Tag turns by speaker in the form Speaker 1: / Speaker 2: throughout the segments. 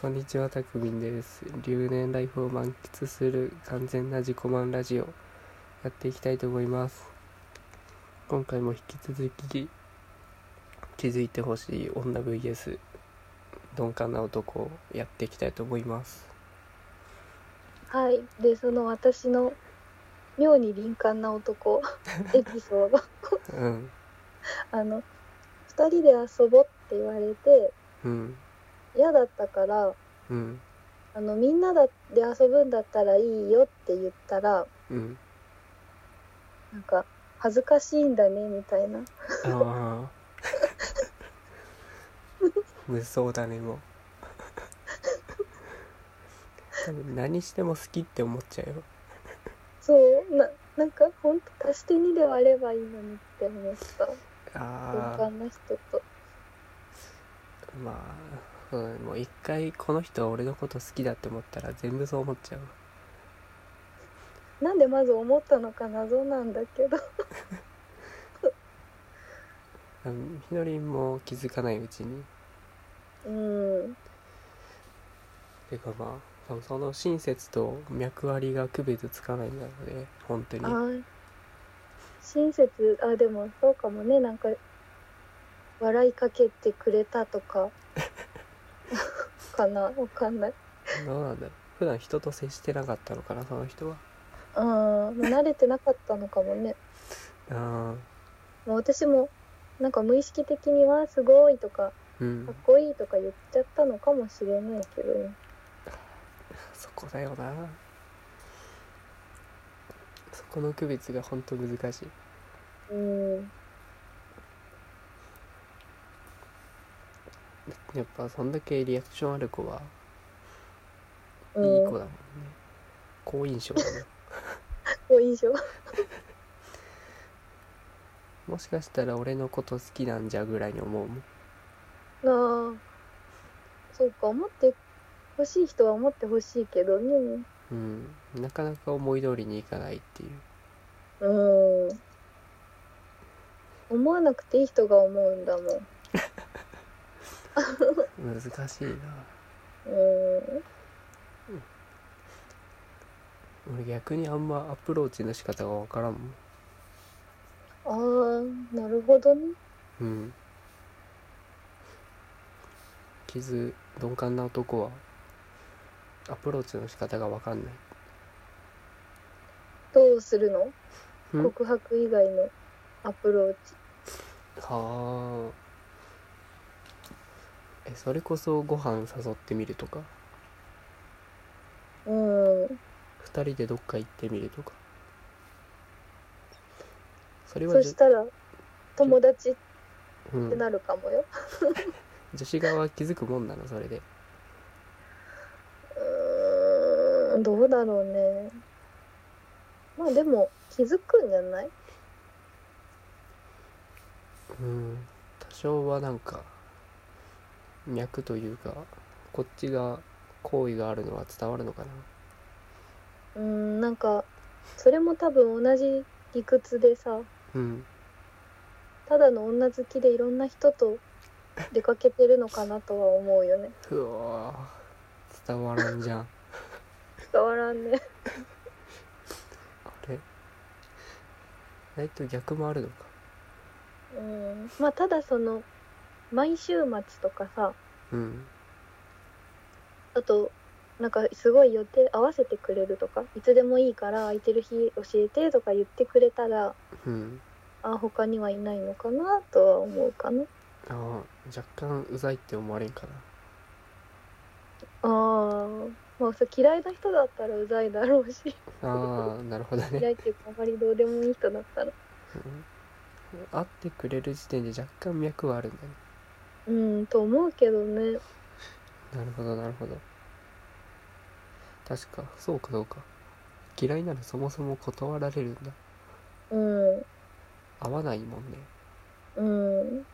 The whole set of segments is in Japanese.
Speaker 1: こんにちは、たくみんです。留年ライフを満喫する完全な自己満ラジオ、やっていきたいと思います。今回も引き続き、気づいてほしい女 VS、鈍感な男をやっていきたいと思います。
Speaker 2: はい、でその私の妙に敏感な男エピソード
Speaker 1: うん、
Speaker 2: あの2人で遊ぼって言われて
Speaker 1: うん、
Speaker 2: 嫌だったから
Speaker 1: うん、
Speaker 2: あのみんなだで遊ぶんだったらいいよって言ったら
Speaker 1: うん。
Speaker 2: なんか恥ずかしいんだねみたいな
Speaker 1: ああ。無双だね、もう。多分何しても好きって思っちゃうよ。
Speaker 2: そうななんかほんと足して2で割ればいいのにって思った
Speaker 1: あ
Speaker 2: 敏
Speaker 1: あ。
Speaker 2: 感な人と
Speaker 1: まあ、うん、もう一回この人は俺のこと好きだって思ったら全部そう思っちゃう
Speaker 2: なんでまず思ったのか謎なんだけど
Speaker 1: うんみのりんも気づかないうちに
Speaker 2: うん
Speaker 1: てかまあ多分その親切と脈ありが区別つかないんだろうね本当に
Speaker 2: あー親切あでもそうかもねなんか笑いかけてくれたとか かなわかんない
Speaker 1: どうなんだろう普段人と接してなかったのかなその人は
Speaker 2: うん慣れてなかったのかもね
Speaker 1: ああ
Speaker 2: もう私もなんか無意識的には「すごい」とか
Speaker 1: う
Speaker 2: 「かっ
Speaker 1: ん
Speaker 2: こいい」とか言っちゃったのかもしれないけどね
Speaker 1: そこだよなそこの区別が本当難しい
Speaker 2: うん
Speaker 1: やっぱそんだけリアクションある子は
Speaker 2: う
Speaker 1: いい
Speaker 2: ん
Speaker 1: 子だもんね好印象だね
Speaker 2: もういいで しょ
Speaker 1: もしかしたら俺のこと好きなんじゃぐらいに思うもん
Speaker 2: なあそうか思って欲しい人は思ってほしいけどね
Speaker 1: うんなかなか思い通りにいかないっていう
Speaker 2: うん思わなくていい人が思うんだもん。
Speaker 1: 難しいな
Speaker 2: うん。
Speaker 1: 俺逆にあんまアプローチの仕方がわからんもん
Speaker 2: ああ、なるほどね。
Speaker 1: うん傷鈍感な男はアプローチの仕方がわかんない
Speaker 2: どうするの
Speaker 1: ん
Speaker 2: 告白以外のアプローチ。
Speaker 1: はあえそれこそご飯誘ってみるとか
Speaker 2: うん。
Speaker 1: 二人でどっか行ってみるとかそれは
Speaker 2: そ
Speaker 1: じゅ
Speaker 2: したら、友達っ
Speaker 1: うん
Speaker 2: てなるかもよ。
Speaker 1: 女子側は気づくもんなのそれで
Speaker 2: うーん、どうだろうね。まあでも、気づくんじゃない
Speaker 1: うん多少はなんか脈というかこっちが好意があるのは伝わるのかな
Speaker 2: うん、なんか、それも多分同じ理屈でさ、
Speaker 1: うん
Speaker 2: ただの女好きでいろんな人と出かけてるのかなとは思うよね。
Speaker 1: うわー伝わらんじゃん
Speaker 2: 伝わらんね。
Speaker 1: あれ意外と逆もあるのか
Speaker 2: うん。まあただその毎週末とかさ、
Speaker 1: うん
Speaker 2: あとなんかすごい予定合わせてくれるとか、いつでもいいから空いてる日教えてとか言ってくれたら、
Speaker 1: うん
Speaker 2: あ他にはいないのかなとは思うかな。
Speaker 1: あー若干うざいって思われんかな
Speaker 2: あーまあさ嫌いな人だったらうざいだろうし、
Speaker 1: あ あなるほどね
Speaker 2: 嫌いっていうかあまりどうでもいい人だったら。
Speaker 1: うん会ってくれる時点で若干脈はあるんだね
Speaker 2: うんと思うけどね。
Speaker 1: なるほどなるほど確かそうかどうか嫌いならそもそも断られるんだ
Speaker 2: うん。
Speaker 1: 合わないもんね
Speaker 2: うん。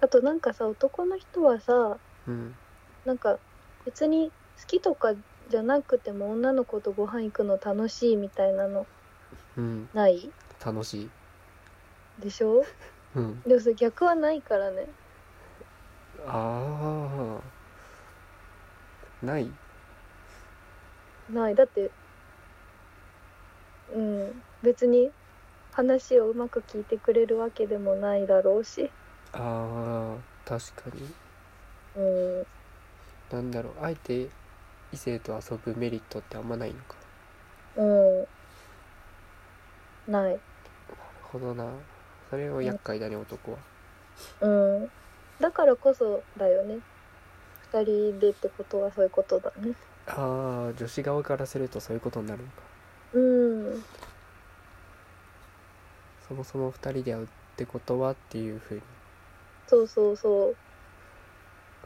Speaker 2: あとなんかさ男の人はさ
Speaker 1: うん
Speaker 2: なんか別に好きとかじゃなくても女の子とご飯行くの楽しいみたいなの
Speaker 1: うん
Speaker 2: ない
Speaker 1: 楽しい
Speaker 2: でしょ
Speaker 1: うん
Speaker 2: でもそれ逆はないからね
Speaker 1: ああない
Speaker 2: ないだってうん別に話をうまく聞いてくれるわけでもないだろうし
Speaker 1: あー確かに
Speaker 2: うん
Speaker 1: なんだろうあえて異性と遊ぶメリットってあんまないのか
Speaker 2: うんない
Speaker 1: なるほどなそれは厄介だね男は
Speaker 2: うんだからこそだよね二人でってことはそういうことだね
Speaker 1: ああ女子側からするとそういうことになるのか
Speaker 2: うん
Speaker 1: そもそも2人で会うってことはっていうふうに
Speaker 2: そうそうそう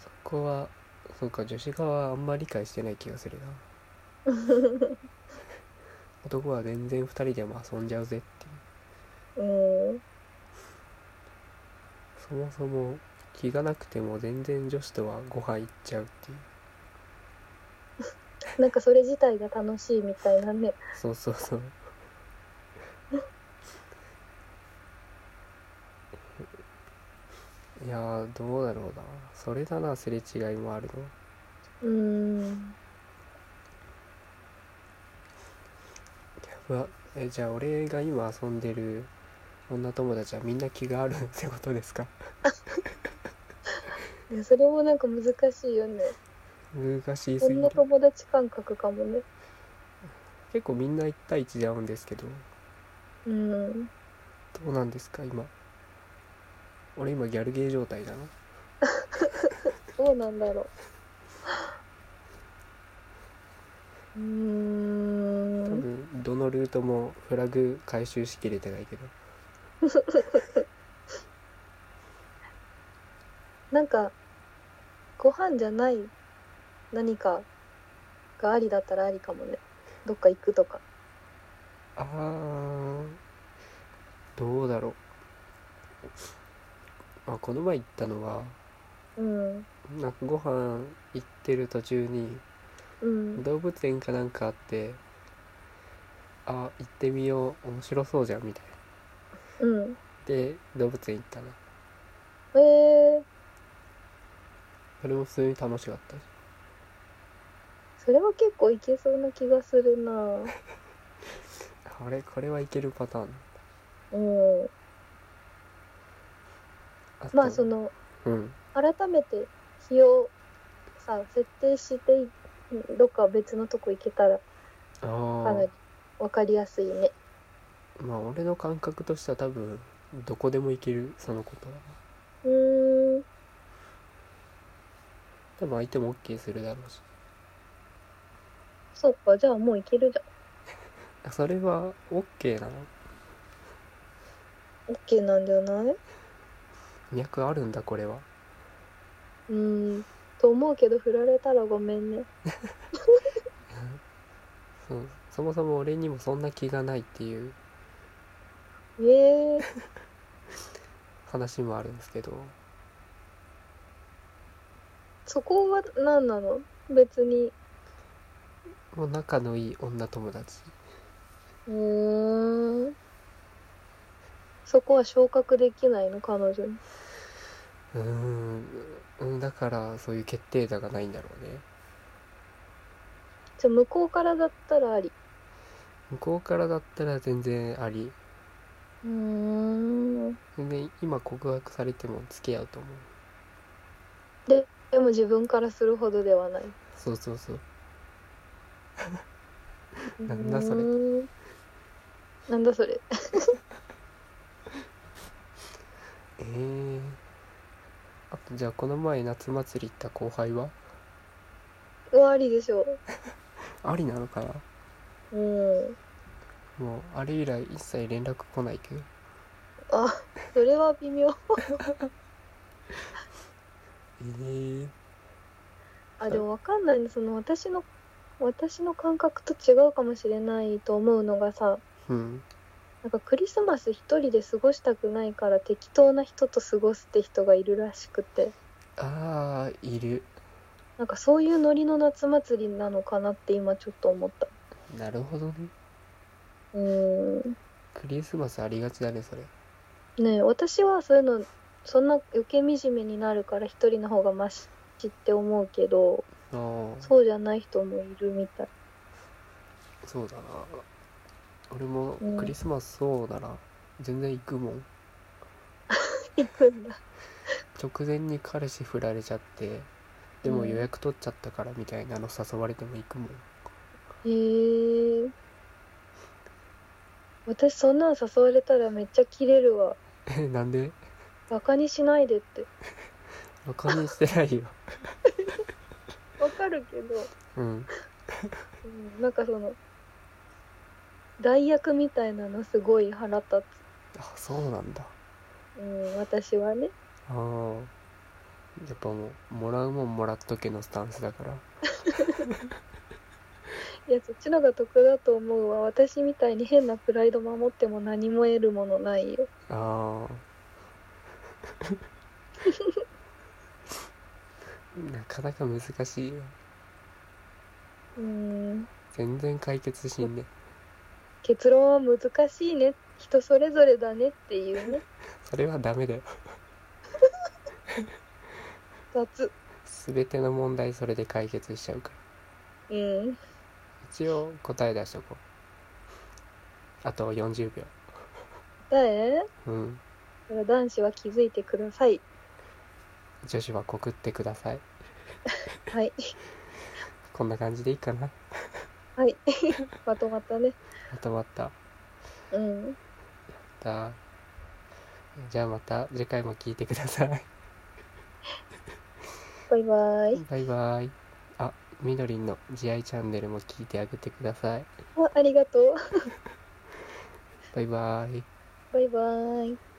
Speaker 1: そこはそうか女子側はあんま理解してない気がするな男は全然2人でも遊んじゃうぜっていう
Speaker 2: うん
Speaker 1: そもそも気がなくても全然女子とはご飯行っちゃうっていう
Speaker 2: なんかそれ自体が楽しいみたいなね
Speaker 1: そうそうそういやーどうだろうなそれだなすれ違いもあるの
Speaker 2: うん
Speaker 1: うわえじゃあ俺が今遊んでる女友達はみんな気があるってことですか
Speaker 2: いやそれもなんか難しいよね
Speaker 1: 難しいすぎ
Speaker 2: 女
Speaker 1: る
Speaker 2: 友達感覚かもね
Speaker 1: 結構みんな1対1で会うんですけど
Speaker 2: うん
Speaker 1: どうなんですか今俺今ギャルゲー状態だな
Speaker 2: どうなんだろう。うーん。
Speaker 1: 多分どのルートもフラグ回収しきれてないけど
Speaker 2: なんかご飯じゃない何かがありだったらありかもね。どっか行くとか。
Speaker 1: あーどうだろうあこの前行ったのは
Speaker 2: うん。
Speaker 1: なんかご飯行ってる途中に
Speaker 2: うん。
Speaker 1: 動物園かなんかあってあ行ってみよう面白そうじゃんみたいな
Speaker 2: うん。
Speaker 1: で動物園行ったな
Speaker 2: えー、
Speaker 1: それも普通に楽しかったし
Speaker 2: それは結構いけそうな気がする な。
Speaker 1: あれこれはいけるパターン
Speaker 2: うん。
Speaker 1: あと
Speaker 2: まあその
Speaker 1: うん
Speaker 2: 改めて日をさ設定してどっか別のとこ行けたら
Speaker 1: あ
Speaker 2: かなり
Speaker 1: ー
Speaker 2: わかりやすいね。
Speaker 1: まあ俺の感覚としては多分どこでも行けるそのことは
Speaker 2: うーん。
Speaker 1: 多分相手も OK するだろうし
Speaker 2: そっか、じゃあもういけるじ
Speaker 1: あそれは OK なの
Speaker 2: ゃん。OK なんじゃない
Speaker 1: 脈あるんだこれは
Speaker 2: うん。と思うけど、振られたらごめんね。
Speaker 1: そうそもそも俺にもそんな気がないっていう
Speaker 2: ええー、
Speaker 1: 話もあるんですけど
Speaker 2: そこは何なの別に。
Speaker 1: もう仲のいい女友達
Speaker 2: うーん。そこは昇格できないの、彼女に。
Speaker 1: うーんうんだからそういう決定打がないんだろうね
Speaker 2: じゃあ、向こうからだったらあり。
Speaker 1: 向こうからだったら全然あり
Speaker 2: うーん。
Speaker 1: 全然今告白されても付き合うと思う
Speaker 2: でも自分からするほどではない。
Speaker 1: そうそうそう
Speaker 2: う
Speaker 1: なんだそれ
Speaker 2: ーんなんだそれ。
Speaker 1: えー、あとじゃあこの前夏祭り行った後輩は
Speaker 2: うわ、ありでしょ
Speaker 1: ありなのかな
Speaker 2: う。うん。
Speaker 1: もうあれ以来一切連絡来ないけど
Speaker 2: あ、それは微妙。
Speaker 1: えー、
Speaker 2: あでもわかんないねその私の私の感覚と違うかもしれないと思うのがさ
Speaker 1: うん
Speaker 2: なんかクリスマス一人で過ごしたくないから適当な人と過ごすって人がいるらしくて
Speaker 1: ああいる
Speaker 2: なんかそういうノリの夏祭りなのかなって今ちょっと思った
Speaker 1: なるほどね
Speaker 2: うーん
Speaker 1: クリスマスありがちだねそれ
Speaker 2: ねえ私はそういうのそんな余計惨めになるから一人の方がマシって思うけど
Speaker 1: ああ
Speaker 2: そうじゃない人もいるみたい
Speaker 1: そうだな俺もクリスマスそうだな全然行くもん
Speaker 2: 行くんだ
Speaker 1: 直前に彼氏振られちゃってでも
Speaker 2: うん
Speaker 1: 予約取っちゃったからみたいなの誘われても行くもん
Speaker 2: へえ私そんなん誘われたらめっちゃキレるわ
Speaker 1: えなんで
Speaker 2: バカにしないでって
Speaker 1: バカにしてないよ
Speaker 2: わかるけど、
Speaker 1: うん
Speaker 2: うん、なんかその代役みたいなのすごい腹立
Speaker 1: あそうなんだ
Speaker 2: つ、うん、私はね
Speaker 1: ああやっぱもうもらうもんもらっとけのスタンスだから
Speaker 2: いやそっちのが得だと思うわ私みたいに変なプライド守っても何も得るものないよ
Speaker 1: ああ なかなか難しいよ
Speaker 2: うん
Speaker 1: 全然解決しんね
Speaker 2: 結論は難しいね人それぞれだねっていうね
Speaker 1: それはダメだよ
Speaker 2: 雑
Speaker 1: 全ての問題それで解決しちゃうから
Speaker 2: うん
Speaker 1: 一応答え出しとこうあと40秒
Speaker 2: 答え
Speaker 1: うん
Speaker 2: だから男子は気づいてください
Speaker 1: 女子は告ってください
Speaker 2: はい
Speaker 1: こんな感じでいいかな
Speaker 2: はいまとまったね
Speaker 1: まとまった
Speaker 2: うん
Speaker 1: だじゃあまた次回も聞いてください
Speaker 2: バイバイ
Speaker 1: バイバイあみどりんの慈愛チャンネルも聞いてあげてください
Speaker 2: あありがとう
Speaker 1: バイバイ
Speaker 2: バイバイ